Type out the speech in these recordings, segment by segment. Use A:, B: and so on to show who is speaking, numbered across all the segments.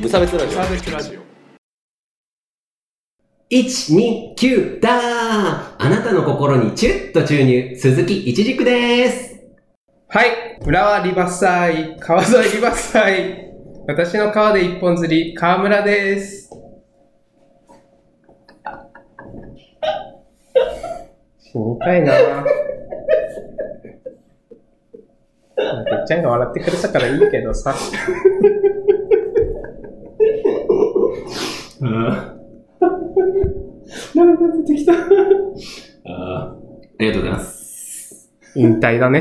A: 無差別ラジオ
B: サービスラジオ
C: 129だーあなたの心にチュッと注入、鈴木一軸です。
B: はい浦和リバスサイ川沿いリバスサイ私の川で一本釣り川村です死にたいななんかてっちゃんが笑ってくれたからいいけど さ
C: あ
B: 涙出てきた
C: ありがとうございます。
B: 引退だね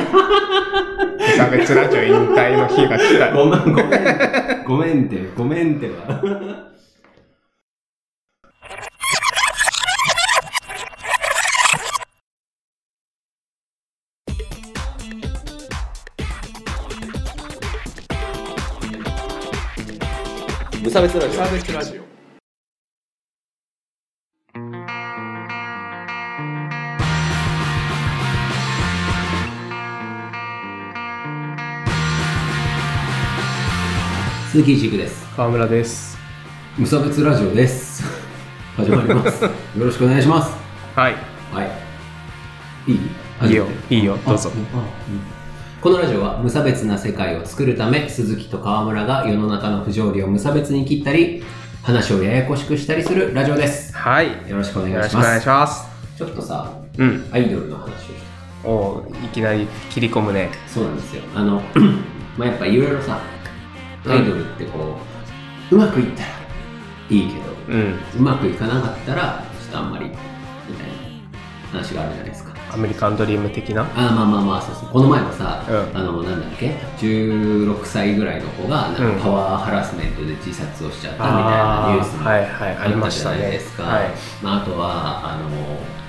B: 無差別ラジオ引退の日が来た
C: ごめん、ごめん、ごめんて、ごめんては。
A: 無差別ラジオ
B: ビスラジオ
C: 鈴木一軸です。
B: 川村です
C: 無差別ラジオ です。始まります。よろしくお願いします。
B: はい
C: はい。いい
B: いいよいいよ
C: あ
B: どうぞ
C: あうんこのラジオは無差別な世界を作るため鈴木と川村が世の中の不条理を無差別に切ったり話をややこしくしたりするラジオです
B: はい
C: よろしくお願い
B: よろし
C: し
B: くお
C: ます
B: 願いします
C: ちょっとさ
B: うん
C: アイドルの話をして
B: おういきなり切り込むね
C: そうなんですよあの まあやっぱいろいろさ
B: うん
C: アイドルってこううまくいったらいいけど
B: うん
C: うまくいかなかったらちょっとあんまりみたいな話があるじゃないですか
B: アメリカンドリーム的な
C: あーまあまあまあそうそうこの前もさ、
B: うん
C: あのなんだっけ16歳ぐらいの子がなん
B: うん
C: かパワーハラスメントで自殺をしちゃったみたいなニュースも
B: はいはいあり
C: あ
B: ま
C: った
B: し
C: じゃ
B: た
C: ない
B: ね
C: ですか
B: はい
C: まあ、あとはあの、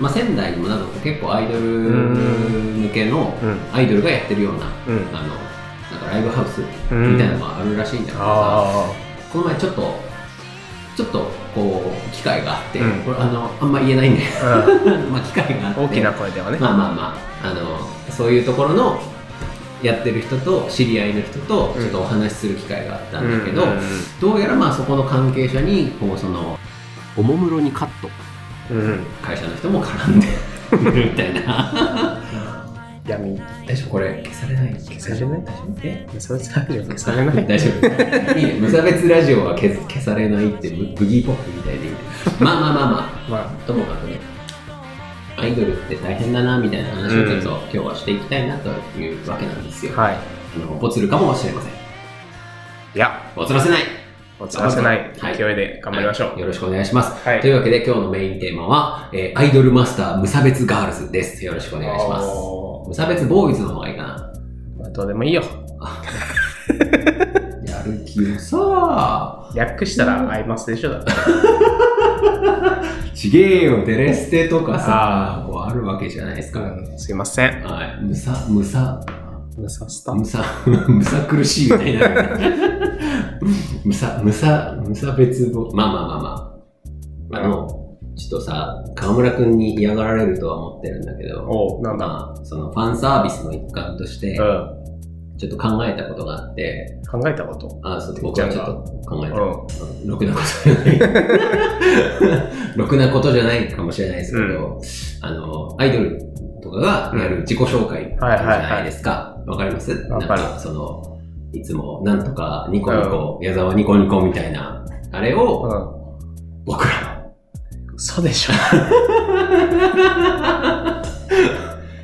C: まあ、仙台にもなんか結構アイドル
B: ん
C: 向けの
B: うん
C: アイドルがやってるような,、
B: うん
C: あのなんかライブハウスみたいなのがあるらしいんだけどさ、
B: あ
C: この前ちょっとちょっとこう機会があって、
B: うん
C: これあのあんま言えないんだけ
B: あ、うん、
C: ど まあ機会があって
B: 大きな声ではね、
C: まあまあまああのそういうところのやってる人と知り合いの人と
B: うん
C: ちょっとお話しする機会があった
B: うんん
C: だけど、どうやらまあそこの関係者にこうそのおもむろにカット
B: うんうんうん
C: 会社の人も絡 んでみたいな
B: 闇
C: 大丈夫これ消されない消
B: されない
C: 大丈夫え
B: 無差別ラジオ消されない
C: 大丈夫いいね無差別ラジオは消す消されないってブブギーポップみたいでいいねまあまあまあま
B: ま
C: あともかくねアイドルって大変だなみたいな話をちょっと今日はしていきたいなというわけなんですよ、
B: あはい
C: あのボツるかもしれません。
B: いや
C: ボツらせない
B: おつらせない
C: はい
B: 勢いで頑張りましょう、
C: はいよろしくお願いします。
B: はい
C: というわけで今日のメインテーマは、えーアイドルマスター無差別ガールズです。よろしくお願いします。
B: お
C: 無差別ボーイズの方がいいかな。
B: ーまあどうでもいいよ
C: やる気をさ
B: 略したらアイマスでしょだって
C: ちげえよ、デレステとかさ
B: あ、
C: こうあるわけじゃないですか。
B: うんすいません
C: はい。むさ、むさ、
B: 無差スタ
C: むさ、 むさ苦しいみたいにな る。むさ、むさ、無差別ボまあまあまあまあ。あの、ちょっとさ、河村くんに嫌がられるとは思ってるんだけど、
B: おうなんだ
C: まあ、そのファンサービスの一環として、
B: うん
C: ちょっと考えたことがあって、
B: 考えたこと
C: あそう
B: てっ
C: 僕
B: ちゃ
C: は
B: ん
C: ちょ
B: が
C: っと考えた。
B: うん
C: うんろくなことじゃない。ろくなことじゃない かもしれないですけど、あの、アイドルとかがやる自己紹介じゃないですか。わかります
B: わかる
C: なんか、その、いつも、なんとか、ニコニコ、矢沢ニコニコみたいな、あれを、
B: う
C: 僕らの。
B: ん嘘でしょ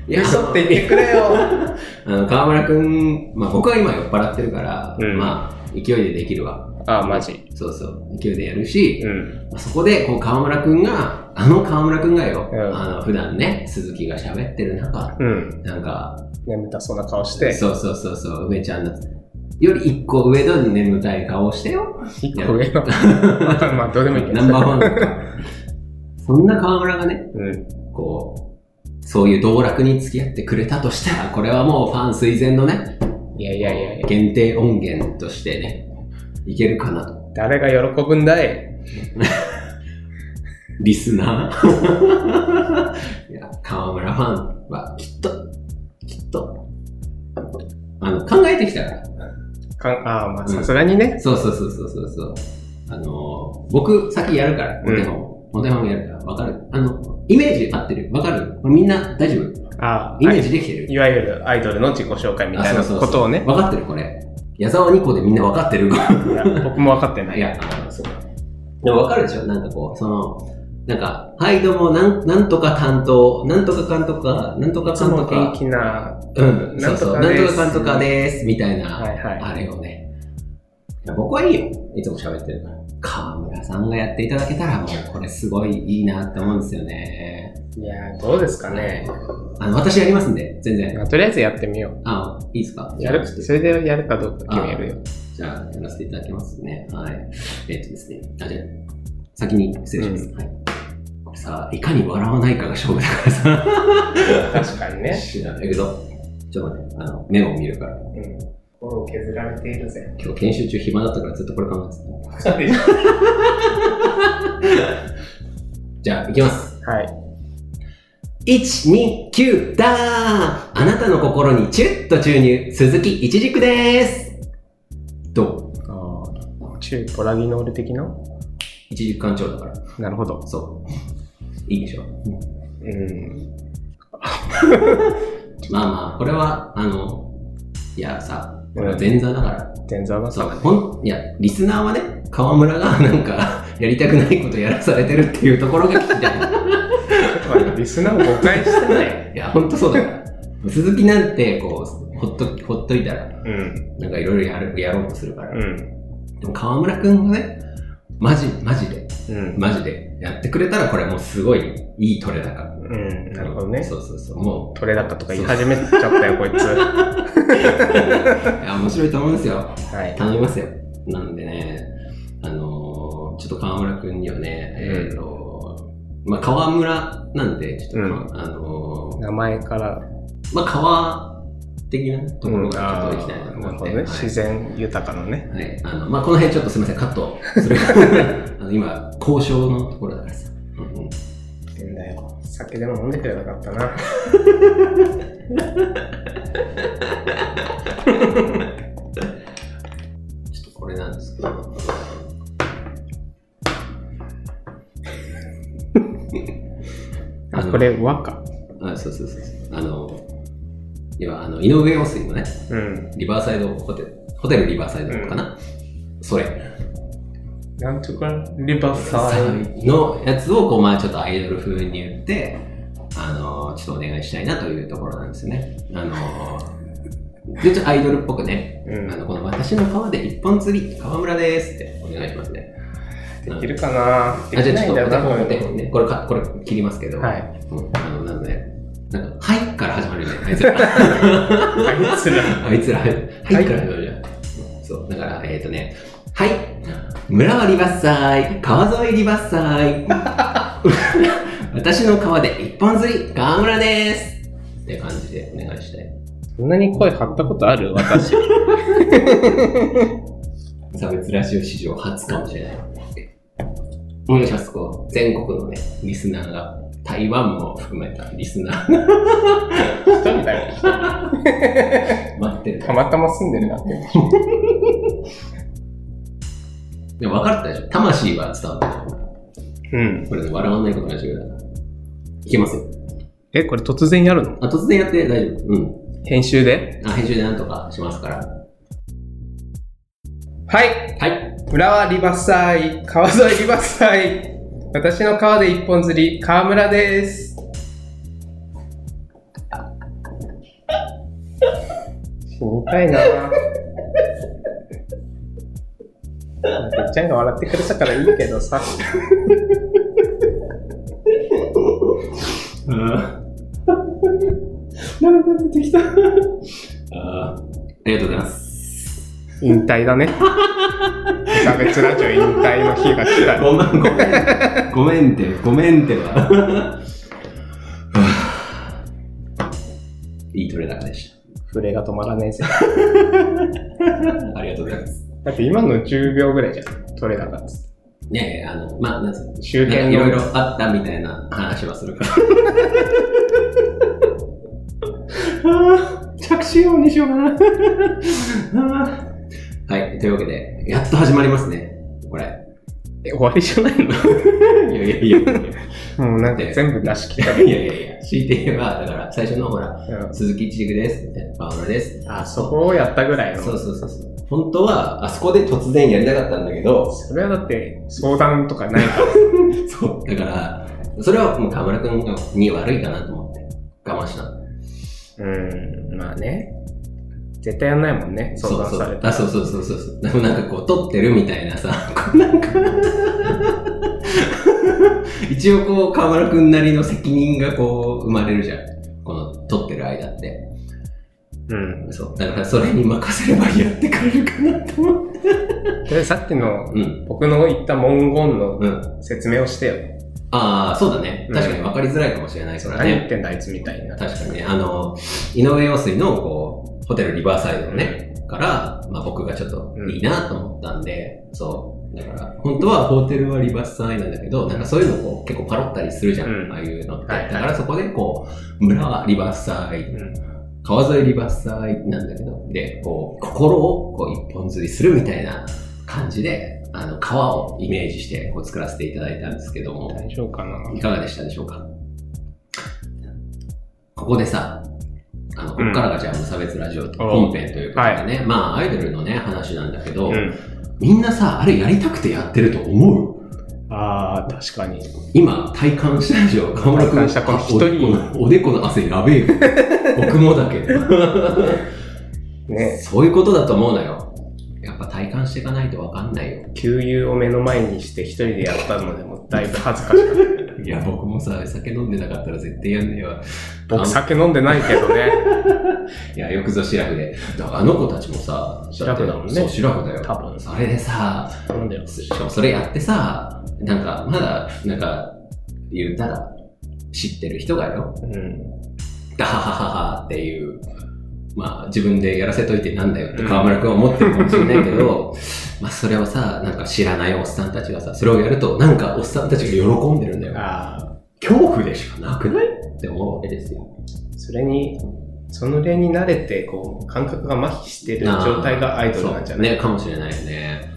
C: いや
B: 嘘って言ってくれよ
C: あの川村くん、まあ、僕は今酔っ払ってるから、
B: うん
C: まあ、勢いでできるわ。
B: あマジ
C: そうそう、勢いでやるし、
B: ん
C: まあそこで、こう、川村くんが、あの川村くんがよ、
B: うん
C: あの、普段ね、鈴木が喋ってる中、
B: うん
C: なんか、
B: 眠たそうな顔して
C: そうそうそうそう、梅ちゃんの、より一個上の眠たい顔をしてよ。
B: 一個上 のまあどうでもいいけど
C: ナンバーワンだから。そんな川村がね、
B: うん
C: こう、そういう道楽に付き合ってくれたとしたら、これはもうファン垂涎のね、
B: いやいやいやいや
C: 限定音源としてね、いけるかなと。
B: 誰が喜ぶんだい
C: リスナー いや、河村ファンはきっと、きっと、あの、考えてきたから。
B: かんああまあさすがにね
C: そうそうそうそうそうそう。あの、僕、先やるから、お手本。お手本やるから、わかる。あの、イメージ合ってる。わかる。これみんな大丈夫。
B: あ
C: イメージできてる。
B: いわゆるアイドルの自己紹介みたいな
C: あそうそう
B: こ
C: そう
B: とをね。
C: わかってる、これ。矢沢二個でみんなわかってる。
B: いや僕も分かってない
C: い。や、あのそうか。でもわかるでしょなんかこう、その、なんか、はい、どうも、なん、なんとか担当、なんとかかんとか、なんとか
B: いつ
C: かん
B: も
C: と
B: 元
C: か、
B: 気な、
C: うん、
B: な
C: そ
B: ん
C: う
B: と
C: そう、
B: か
C: なん
B: で
C: と
B: す
C: かかんとかです、みたい
B: は
C: な、
B: いは
C: あれをね。いや僕はいいよ。いつも喋ってるから。河村さんがやっていただけたら、もうこれすごいいいなって思うんですよね。
B: い。いやー、どうですかね。
C: あの、私やりますんで、全然。
B: まあとりあえずやってみよ
C: あ、いいですか
B: う。やる、
C: じゃあ
B: それでやるかどうか決めるよ。
C: じゃあ、やらせていただきますね。はい。えっとですね。あ、じゃあ、先に失礼します。はい。これさ、いかに笑わないかが勝負だからさ。
B: 確かに ね。
C: 知らないけど、ちょっと待って、あの、メモを見るから。
B: うん。心を削られているぜ。
C: 今日研修中暇だったからずっとこれ考えてた。 じゃあ、いきます。
B: はい。
C: 129だーあなたの心にチュッと注入、鈴木一軸でーすどう
B: ああ、中ポラギノール的な
C: 一軸館長だから。
B: なるほど。
C: そう。いいでしょ
B: うん。
C: まあまあ、これは、あの、いやさ、これは前座だから。
B: 前座が
C: そうほん、いや、リスナーはね、河村がなんか、やりたくないことやらされてるっていうところが聞きた
B: リスナーを誤解してない。
C: い。いや、ほんとそうだ から。鈴木なんて、こう、ほっと、ほっといたら、
B: うん。
C: なんかいろいろやる、やろうとするから。
B: うん。
C: でも河村くんがね、マジ、マジで、
B: うん。
C: マジで、やってくれたらこれもうすごいいいトレだから。
B: うん。なるほどね。
C: そうそうそう。も
B: 取れ高とか言い始めちゃったよ、こいつ。 は
C: う、いや、面白いと思うんですよ。
B: い。
C: 頼みますよ。なんでね、あのーちょっと河村くんにはね、
B: うん
C: えっ、と、まあ、河村なんで、ちょっと、
B: う
C: あのー
B: 名前から、
C: まあ、川的なところがちょっと行きたいなと思
B: なる
C: っ
B: ほ
C: て、
B: どね。自然豊かなね。
C: はい、はいあの、まあ、この辺ちょっとすみません、カットす る。あの、今、交渉のところだからさ。うんうん
B: ってんだよ。酒でも飲んでくればよかったな。
C: ちょっとこれなんですけど。
B: あ、
C: の
B: これ和歌。
C: あ、そうそうそうそう。あの、今、あの、井上陽水のね、
B: うん。
C: リバーサイドホテル、ホテルリバーサイドかな、それ。
B: なんとか、リバーサイ
C: のやつを、こう、まあちょっとアイドル風に言って、あのーちょっとお願いしたいなというところなんですよね。あのーで、ちょっとアイドルっぽくね、
B: ド。う
C: あ
B: ん。
C: の、この私の川で一本釣り、川村ですってお願いしますね。
B: できるかな
C: あ、じ
B: でき
C: ゃあ
B: な
C: ち
B: い
C: ょ
B: ん
C: っ
B: だ
C: と
B: よ
C: お
B: な、
C: 手本お手
B: こういう
C: 本ね、これか、これ切りますけど、
B: の。はい。
C: うんあの、なので、なんか、はいから始まるじゃん、あいつら。
B: あいつら。
C: あいつら、はい、はいから始まるじゃん。そう、だから、えっ、ー、とね、はい、村はリバッサイ、川沿いリバッサイ、 私の川で一本釣り、川村ですって感じでお願いしたい。
B: そんなに声張ったことある私。
C: 無差別ラジオ史上初かもしれない。お願いします、こう、全国のね、リスナーが、台湾も含めたリスナー
B: 一人だよ。
C: が待ってる。
B: たまたま住んでるなって。
C: でも分かったでしょ魂は伝わってる。
B: うん。
C: これで笑わないことが重要だから。いけますよ。
B: え、これ突然やるの
C: あ、突然やって大丈夫。うん。
B: 編集で
C: あ、編集でなんとかしますから。
B: はい。
C: はい。
B: 浦和リバーサイ、川沿いリバーサイ。私の川で一本釣り、川村です。死にたいななんかてっちゃんが笑ってくれたからいいけどさ。
C: あー。涙出てきた。ああ。ありがとうございます。
B: 引退だね。無差別ラジオ引退の日が来た。
C: ごめん、ごめん。ごめんて、ごめんては。はあいいトレーナーでし
B: 触れが止まらねえぜ。
C: た。ありがとうございます。
B: だって今の10秒ぐらいじゃん。取れなかった。
C: ねえ、あの、まあ、なんつうのな
B: 周
C: んか
B: 辺
C: いろ い
B: の
C: ろあったみたいな話はする から。着信音にしようか な。はい、というわけで、やっと始まりますね、これ。
B: え、終わりじゃないの
C: いやいやいやいや。
B: もうなんか全部出し切った。
C: いやいやいや。強いて言えば、だから最初のほら、
B: うん
C: 鈴木一軸です。パオラです。
B: あ、そこをやったぐらいの。
C: そうそうそうそう。本当は、あそこで突然やりたかったんだけど、
B: それはだって相談とかないから。
C: そう。だから、それはもう河村くんに悪いかなと思って、我慢した。
B: うん、まあね。絶対やんないもんね、相談された
C: あ、そうそうそうそうそう。でもなんかこう、撮ってるみたいなさ、こうなんか。一応こう、河村くんなりの責任がこう、生まれるじゃん。この、撮ってる間って。
B: うん。
C: そう。だからそれに任せればやってくれるかなと思って。
B: で、さっきの
C: うん。
B: 僕の言った文言の
C: うん。
B: 説明をしてよ。
C: ああ、そうだね
B: う。ん
C: 確かに分かりづらいかもしれないから
B: 何言っ
C: ね。
B: てんだあいつみたいな。
C: 確かにね。あの、井上陽水のこう、ホテルリバーサイドのね、から、まあ、僕がちょっといいなと思ったんで、そう。だから、本当はホテルはリバースサイドなんだけど、なんかそういうのこう結構パロったりするじゃん、
B: うん
C: ああいうのって。
B: はいはい
C: だからそこでこう、村はリバースサイ
B: う
C: ド、
B: ん。
C: 川沿いリバースサイドなんだけど、で、こう、心をこう一本釣りするみたいな感じで、あの、川をイメージしてこう作らせていただいたんですけども、
B: 大丈夫かない
C: かがでしたでしょうかここでさ、あの、ここからがじゃあ無差別ラジオと本編ということでね、まあアイドルのね、話なんだけど、
B: うん。
C: みんなさ、あれやりたくてやってると思う
B: ああ、確かに。
C: 今、体感したでしょ河村君
B: 体感したこの一人
C: あおおでこの汗やべえ よ。僕もだけど。
B: ね。
C: そういうことだと思うのよ。やっぱ体感していかないとわかんないよ。
B: 給油を目の前にして一人でやったのでもだいぶ恥 ずかしかった。
C: いや、僕もさ、酒飲んでなかったら絶対やんねえわ。
B: 僕酒飲んでないけどね。
C: いや、よくぞシラフで。だからあの子たちもさ、
B: シラフだもんね
C: そう、シラフだよ。
B: 多分
C: それでさ、
B: 飲んでる。
C: しかもそれやってさ、なんか、まだ、なんか、言ったら、知ってる人がよ、
B: うん。
C: ダハハハハっていう、まあ、自分でやらせといてなんだよって河村くんは思ってるかもしれないけど、 まあ、それをさ、なんか知らないおっさんたちがさ、それをやると、なんかおっさんたちが喜んでるんだよ。
B: ああ。
C: 恐怖でしかなくないって思うわけですよ。
B: それに、その例に慣れて、こう、感覚が麻痺してる状態がアイドルなんじゃない
C: そうね、かもしれないよね。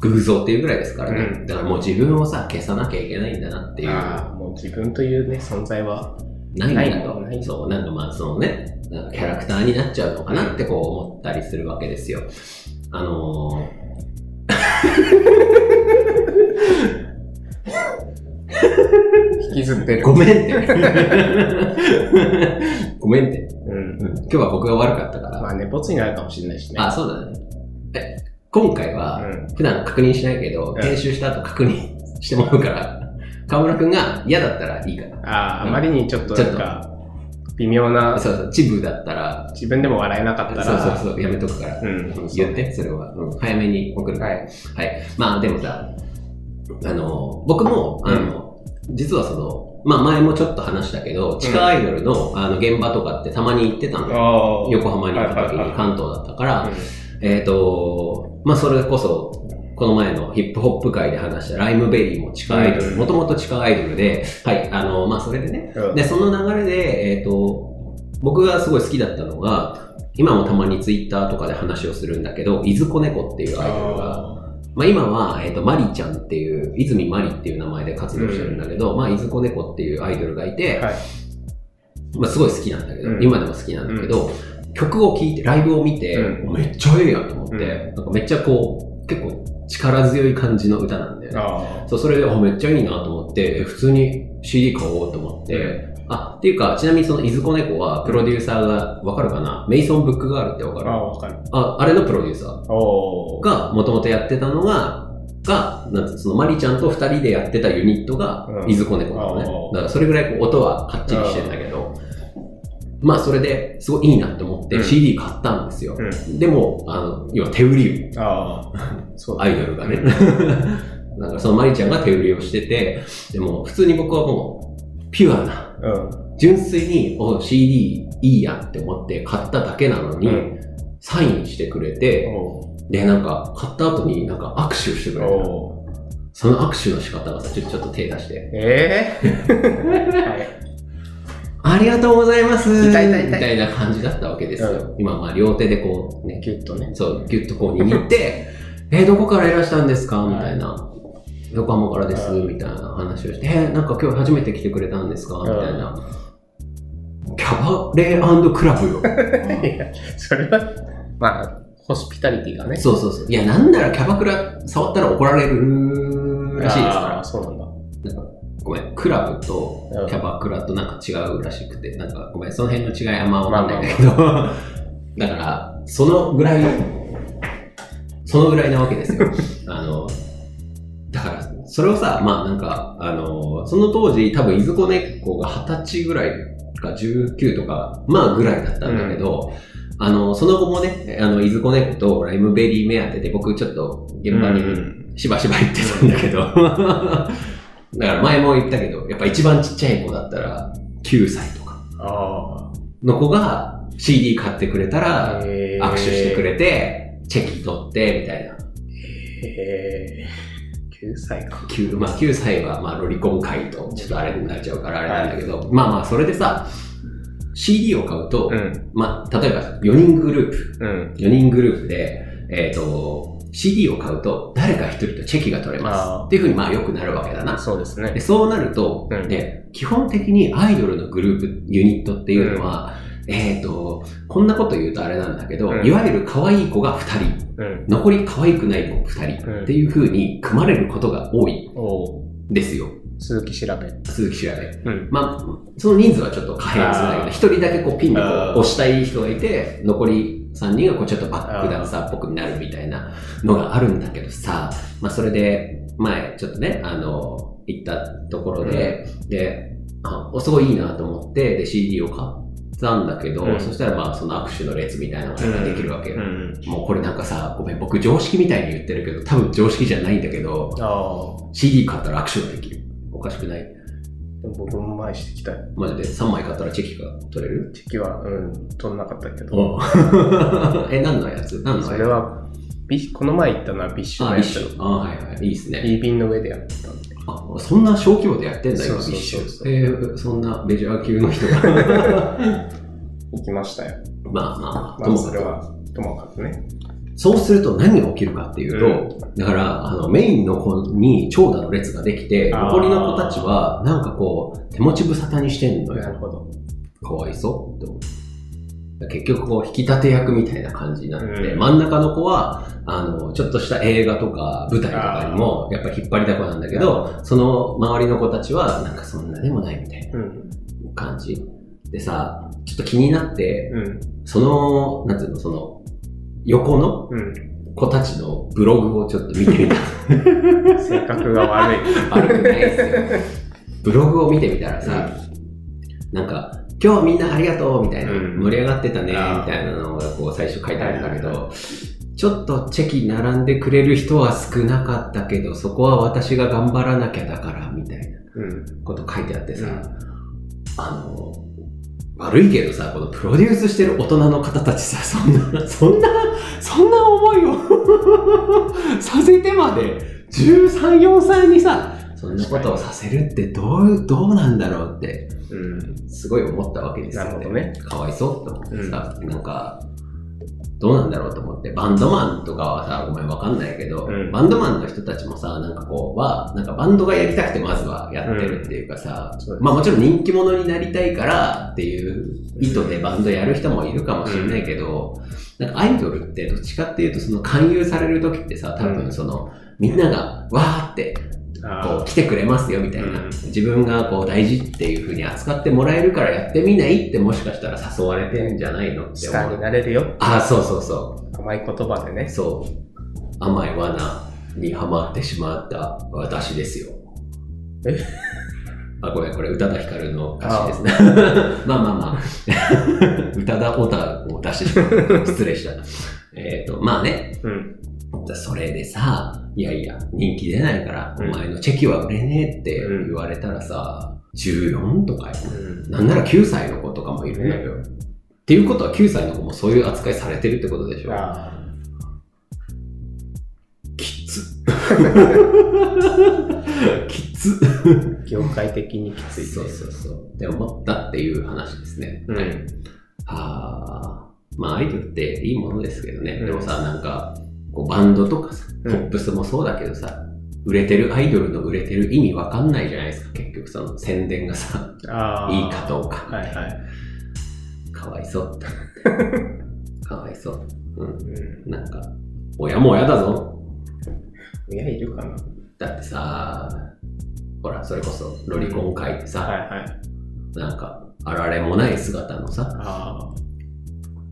C: 偶像っていうぐらいですからね。
B: うん
C: だからもう自分をさ、消さなきゃいけないんだなっていう。
B: ああ、もう自分というね、存在は。
C: ないんだ
B: ないない
C: と。そう、なんかまあそのね、なんかキャラクターになっちゃうのかなってこう思ったりするわけですよ。あの
B: 引きずって
C: ー、
B: る。
C: ごめんって。 ごめんって。
B: うん。
C: 今日は僕が悪かったから。
B: まあね、ボツになるかもしれないしね。
C: あ、そうだね。え、今回は、
B: うん。
C: 普段確認しないけど
B: う、ん
C: 編集した後確認してもらうから、河村くんが嫌だったらいいかな。
B: ああ、
C: うん
B: あまりにちょっとなんか、微妙な、
C: そうそう、チブだったら、
B: 自分でも笑えなかったら、
C: そうそうそう、やめとくから。
B: うん。
C: 言って、それは。うん早めに送る。
B: は
C: はい。
B: い。
C: まあ、でもさ、あの、僕も、あの、実はその、まあ前もちょっと話したけど、地下アイドルのあの現場とかってたまに行ってたの。
B: あ
C: 横浜に行った時
B: はいはい
C: に
B: はい
C: 関東だったから、
B: うん
C: えっ、と、まあ、それこそ、この前のヒップホップ界で話したライムベリーも地下アイド
B: う
C: ル、
B: ん
C: もともと地下アイドルで、はい、あの、まあ、それでね。
B: うん
C: で、その流れで、えっ、と、僕がすごい好きだったのが、今もたまにツイッターとかで話をするんだけど、いずこ猫っていうアイドルが、
B: あ
C: まあ、今は、えっ、と、マリちゃんっていう、泉マリっていう名前で活動してるんだけど、まあ、いずこ猫っていうアイドルがいて、
B: はい
C: まあ、すごい好きなんだけど、
B: うん
C: 今でも好きなんだけど、曲を聴いて、ライブを見て、
B: う
C: めっちゃええやんと思って、
B: うん
C: なんかめっちゃこう、結構力強い感じの歌なんだよ
B: ー
C: ね。
B: あ
C: そう、それで、あ、めっちゃいいなと思って、え普通に CD 買おうと思って、あ、っていうか、ちなみにそのいずこ猫は、プロデューサーが、わかるかなメイソンブックガールってわか
B: ー。
C: る
B: ああー、わかる。
C: あ、あれのプロデューサー。
B: おー。
C: が、もともとやってたのが、が、なんつうその、マリちゃんと二人でやってたユニットが
B: う、ん
C: いずこ猫なのね。
B: あ
C: だから、それぐらいこう音はかっちりしてんだけど、まあ、それですごいいいなって思っ
B: う
C: て
B: ん
C: CD 買ったんですよ。でも、あの、要は手売り
B: うん。ああ。そうだ
C: アイドルがね。 なんか、そのマリちゃんが手売りをしてて、でも、普通に僕はもう、ピュアな、
B: うん。
C: 純粋にお CD いいやって思って買っただけなのに、
B: うん
C: サインしてくれて、
B: お
C: で、なんか、買った後になんか握手してく
B: ー
C: れた。
B: おー。
C: その握手の仕方がさ、ちょちょっと手出して。
B: ええ は
C: あ
B: い。
C: りがとうございます
B: 痛い痛い痛い
C: みたいな感じだったわけですよ。今、まあ、両手でこう、ね、
B: ギュッとね。
C: そう、ぎゅっとこう握って、え、どこからいらしたんですかみたいな。横浜からです、
B: うん
C: みたいな話をして、えーなんか今日初めて来てくれたんですかみたいな。キャバレークラブ よ。
B: それは、まあ、ホスピタリティがね。
C: そうそうそう。いや、なんならキャバクラ触ったら怒られるらしいですか
B: あーそうなんだ。
C: ら。ごめん、クラブと
B: うん
C: キャバクラとなんか違うらしくて、なんかごめん、その辺の違いあんまわかんないんだけど、 だから、そのぐらい、そのぐらいなわけです よ。あの、だから、それをさ、まあなんか、あの、その当時、多分、いずこねっこが二十歳ぐらいか19とか、まあぐらいだったんだけど、あの、その後もね、あの、いずこねっことライムベリー目当てで、僕ちょっと現場に
B: うん
C: しばしば行ってたんだけど、 だから前も言ったけど、やっぱ一番ちっちゃい子だったら、9歳とか
B: あ
C: の子が CD 買ってくれた
B: あ。
C: ら、
B: 握
C: 握手してくれて、チェキ取って、みたいな。
B: へー9歳か。
C: 9, まあ、9歳はまあロリコン回とちょっとあれになっちゃうからあれなんだけど、まあまあそれでさ CD を買うと、
B: ん。
C: まあ、例えば4人グループ
B: うん。
C: 4人グループで、えっと CD を買うと誰か1人とチェキが取れ
B: あ
C: ま
B: ー
C: すっていうふうにまあよくなるわけだな
B: そうです
C: で
B: ね。
C: そうなると、
B: うん
C: で基本的にアイドルのグループユニットっていうのは、えっとこんなこと言うとあれなんだけど、
B: うん
C: いわゆる可愛い子が2人
B: うん。
C: 残り可愛くない子2人っていう風に組まれることが多い
B: おう
C: ですよ、
B: 鈴木調べ。う
C: 鈴木調べ。
B: ん。
C: まあ、その人数はちょっと可変するんだけ
B: あー
C: ど、一人だけこうピンでこう
B: あー
C: 押したい人がいて、残り3人がこうちょっとバックダンサーっぽくなるみたいなのがあるんだけどさ、まあそれで、前ちょっとね、あの、行ったところで、で、あ、おすごいいいなと思って、で CD を買ったんだけど、
B: うん
C: そしたらまあその握手の列みたいなのができるわけよ。
B: うん。
C: もうこれなんかさ、ごめん、僕常識みたいに言ってるけど、多分常識じゃないんだけど、
B: ああ。
C: CD 買ったら握手ができる。おかしくない
B: でも僕も前してきた。
C: マジで3枚買ったらチェキが取れる
B: 時期は、うん、取んなかったけど。
C: お え、何のやつ何の
B: そ
C: や
B: れ
C: つ
B: は、ビこの前行ったのはビッシュ
C: あ、
B: の
C: ビ
B: や
C: ッ
B: つ
C: シ。ュ。あ、はいはい。いいっすね。
B: ビービンの上でやったんで。
C: あ、そんな小規模でやってんだ、今、ビ
B: そうそう
C: ッシ
B: そう
C: ュ。えーそんなメジャー級の人 が。
B: 行きましたよ。
C: まあまあ、と
B: まあ、
C: もか
B: それ
C: く。
B: は、ともかくね。
C: そうすると何が起きるかっていうと、だから、あの、メインの子に長蛇の列ができて、
B: あー
C: 残りの子たちは、なんかこう、手持ち無沙汰にしてんの
B: なる
C: よ。
B: ほど。
C: かわいそうって思う。結局こう引き立て役みたいな感じになって、
B: うん
C: 真ん中の子は、あの、ちょっとした映画とか舞台とかにも、やっぱ引っ張りだこなんだけど、その周りの子たちは、なんかそんなでもないみたい
B: うん。
C: な感じ。でさ、ちょっと気になって、
B: うん。
C: その、なんていうの、その、横の
B: うん。
C: 子たちのブログをちょっと見てみた。
B: 性格が悪い。
C: 悪くないですよ。ブログを見てみたらさ、なんか、今日みんなありがとうみたいな、
B: うん
C: 盛り上がってたねみ
B: あー
C: たいなのがこう最初書いてあるんだけ
B: はい
C: ど、ちょっとチェキ並んでくれる人は少なかったけど、そこは私が頑張らなきゃだからみたいな
B: うん。
C: こと書いてあってさ、
B: うん
C: あの、悪いけどさ、このプロデュースしてる大人の方たちさ、そんな、そんな、そんな思いを させてまで、13、4歳にさ、そんなことをさせるってどう、どうなんだろうって、
B: うん。
C: すごい思ったわけですよ、
B: なるほどね。
C: かわいそうって思ってさ、なんか、どうなんだろうと思って、バンドマンとかはさ、ごめんわかんないけど、
B: うん
C: バンドマンの人たちもさ、なんかこう、は、なんかバンドがやりたくてまずはやってるっていうかさ、
B: そうです
C: まあもちろん人気者になりたいからっていう意図でバンドやる人もいるかもしれないけど、なんかアイドルってどっちかっていうと、その勧誘される時ってさ、多分その、みんながわーってこ
B: あ
C: う来てくれますよみたいな、
B: うん
C: 自分がこう大事っていう風に扱ってもらえるからやってみないってもしかしたら誘われてんじゃないの
B: あ、
C: って
B: ス
C: 思
B: ター
C: う
B: になれるよ。
C: ああそうそうそ
B: 甘い言葉で
C: う
B: ね。
C: そう甘い罠にはまってしまった私ですよ
B: え
C: あごめんこれ宇多田ヒカルの歌詞ですね まあまあまあ宇多田オタを出してしまった失礼したえっとまあね
B: うん。
C: それでさ、いやいや、人気出ないから、
B: うん
C: お前のチェキは売れねえって言われたらさ、14とかよ。
B: うん。
C: なんなら9歳の子とかもいるんだよ。っていうことは9歳の子もそういう扱いされてるってことでしょ。
B: ああ。
C: きつ。 きつ。
B: 業界的にきついね。
C: そうそうそう。って思ったっていう話ですね。
B: うん。
C: あーまあアイドルっていいものですけどね、
B: うん
C: でもさなんかこうバンドとかさ
B: う
C: ポ
B: ん
C: ップスもそうだけどさ、売れてるアイドルの売れてる意味わかんないじゃないですか結局その宣伝がさ
B: あー
C: いいかどうか
B: はいはい。
C: かわいそう って思ってかわいそううん
B: う
C: なんか親も親だぞ
B: ん。親いるかな
C: だってさほらそれこそロリコン会ってさ、
B: はいはい。
C: なんかあられもない姿のさ
B: あ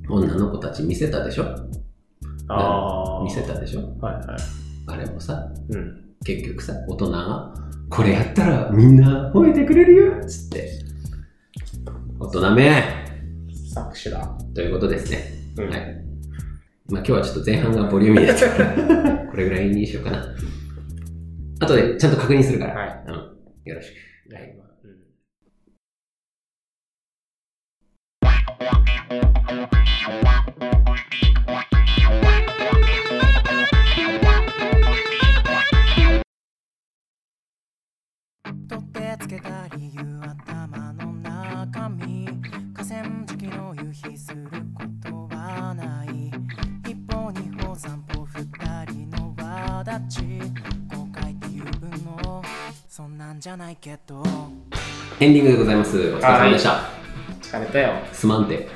C: 女の子たち見せたでしょ
B: あ。ああ。
C: 見せたでしょ
B: はいはい。
C: あれもさ
B: うん。
C: 結局さ大人がこれやったらみんな褒めてくれるよっつって大人め
B: 作詞だ。
C: ということですね、
B: う
C: はいまあ今日はちょっと前半がボリューミーだったからこれぐらいにしようかなあとでちゃんと確認するから、
B: はい
C: うん、よろしく、はい、
A: 取ってつけた理由頭の中身河川敷の夕日することはない一歩二歩三歩二人の輪立ち後悔っていう分もそんなんじゃないけど
C: エンディングでございますお疲れ様でした、
B: 疲れたよ。
C: すまんて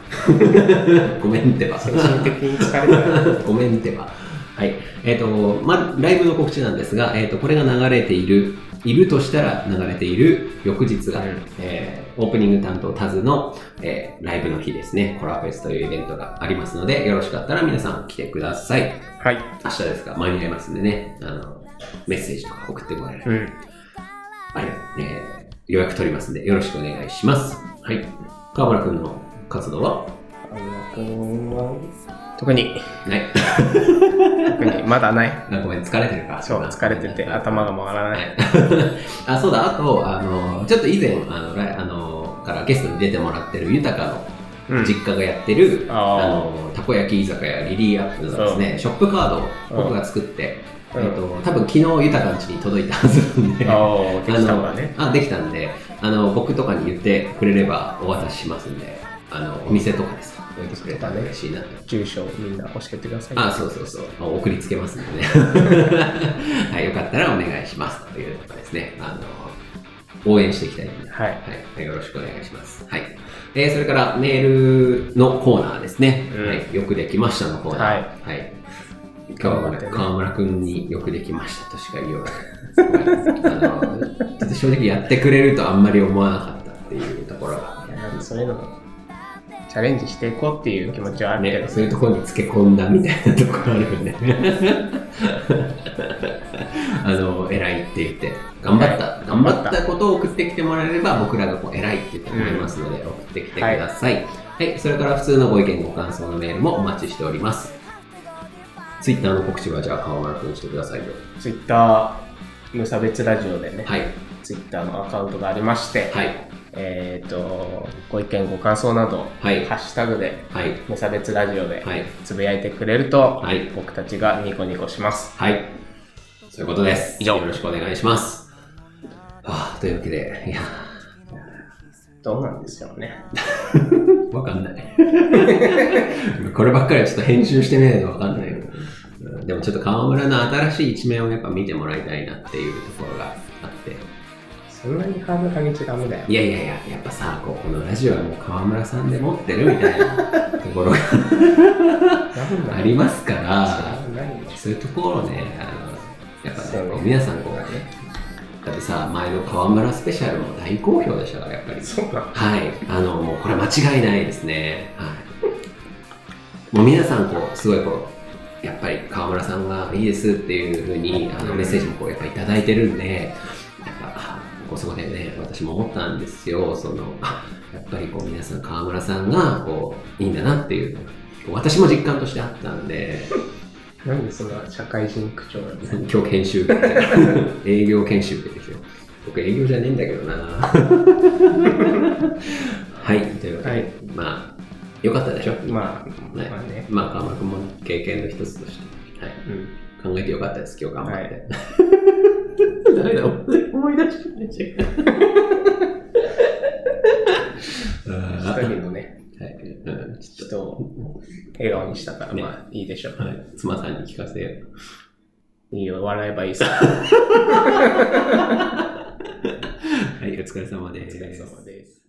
C: ごめんてば
B: 精神的に疲れた よ。
C: ごめんては。はい。えっ、と、まあ、ライブの告知なんですが、えっ、と、これが流れている、いるとしたら流れている翌日が、
B: うん
C: えーオープニング担当タズの、えーライブの日ですね、コラフェスというイベントがありますので、よろしかったら皆さん来てください。
B: はい。
C: 明日ですか、間に合いますんでね、あの、メッセージとか送ってもらえる。
B: うん。
C: あれ、えー予約取りますんで、よろしくお願いします。はい。河村くんの活動は
B: あの君は特に、
C: ない。
B: 特にまだない。
C: あごめん、疲れてるから。
B: そう、疲れてて頭が回ら
C: は
B: ない。
C: い あそうだあとあのちょっと以前あのらあのからゲストに出てもらってる豊
B: う
C: の
B: ん。
C: 実家がやってる、
B: あー
C: あのたこ焼き居酒屋リリーアップのですねショップカードを僕が作って、
B: うん
C: えっと多分昨日豊の家に届いたはずなんで。
B: ああ、できたんだね。
C: あのあできたんであの僕とかに言ってくれればお渡ししますんであのお店とかです置いてくれたら嬉しいなと
B: 住所をみんな教えてください。
C: あそうそうそうあ送りつけますん でね、はい、よかったらお願いしますというとかですねあの応援していきたいんで、は
B: はい。
C: い、よろしくお願いします、はいえーそれからメールのコーナーですね、
B: うん
C: はい、よくできましたのコーナー、はい川
B: 頑張って
C: 村
B: ね
C: 川村君によくできましたとしか言いようがないあのちょっと正直やってくれるとあんまり思わなかったっていうところが
B: いやなんかそういうのもチャレンジしていこうっていう気持ちはあるけ
C: ね、
B: ど、
C: そういうところにつけ込んだみたいなところあるよね。 あの、偉いって言って、頑張った、頑張ったことを送ってきてもらえれば、僕らがこう偉いって言ってもらいますので、送ってきてください。はい、それから普通のご意見、ご感想のメールもお待ちしております。ツイッターの告知は、じゃあ、川村君してくださいよ。
B: ツイッター無差別ラジオでね、
C: はい、
B: ツイッターのアカウントがありまして、
C: はい、
B: えっ、と、ご意見、ご感想など、
C: はい
B: ハッシュタグで、
C: はい、
B: 無差別ラジオで
C: はい、
B: つぶやいてくれると、
C: はい
B: 僕たちがニコニコします。
C: はい。そういうことです。
B: 以上
C: よろしくお願いします。はあ、というわけで、いや
B: どうなんでしょうね。
C: わかんない。 こればっかりはちょっと編集してねえとわかんないよ。うんでもちょっと川村の新しい一面をやっぱ見てもらいたいなっていうところがあって。
B: そんなにハードル上げちゃダメだよ。
C: いやいやいや、やっぱさ、こうこのラジオはもう川村さんで持ってるみたいなところが
B: なんだ
C: ありますから、
B: 何何
C: そういうところをね、あのやっぱね、こう
B: そう
C: 皆さんこう、だってさ、前の川村スペシャルも大好評でしたから、やっぱり。
B: そうなの
C: はい、あのもうこれ間違いないですね。はい、もう皆さんこうすごいこうやっぱり川村さんがいいですっていうふうにあのメッセージもこうやっぱいただいてるんで、やっぱあこうそこでね私も思ったんですよ。そのあやっぱりこう皆さん川村さんがこういいんだなっていうのが私も実感としてあったんで。
B: なんでそんな社会人口調なんだよ
C: 今日研修営業研修受けてきてよ僕営業じゃねえんだけどな はいというわけで、
B: はい
C: まあよかったでしょ、
B: まあ、
C: ね
B: まあね。
C: まあ川村君も経験の一つとして、はい、
B: うん
C: 考えてよかったです今日頑張 って、ダ
B: は
C: メだ思い出してない
B: 一
C: あ
B: 人のね、
C: ーはいうんちょっ
B: 人を笑顔にしたから、
C: ね
B: まあいいでしょう。
C: とはい妻さんに聞かせよう
D: いいよ、笑えばいいさ。
C: はい、お疲れ様
D: お
C: です。
D: 疲れ様です。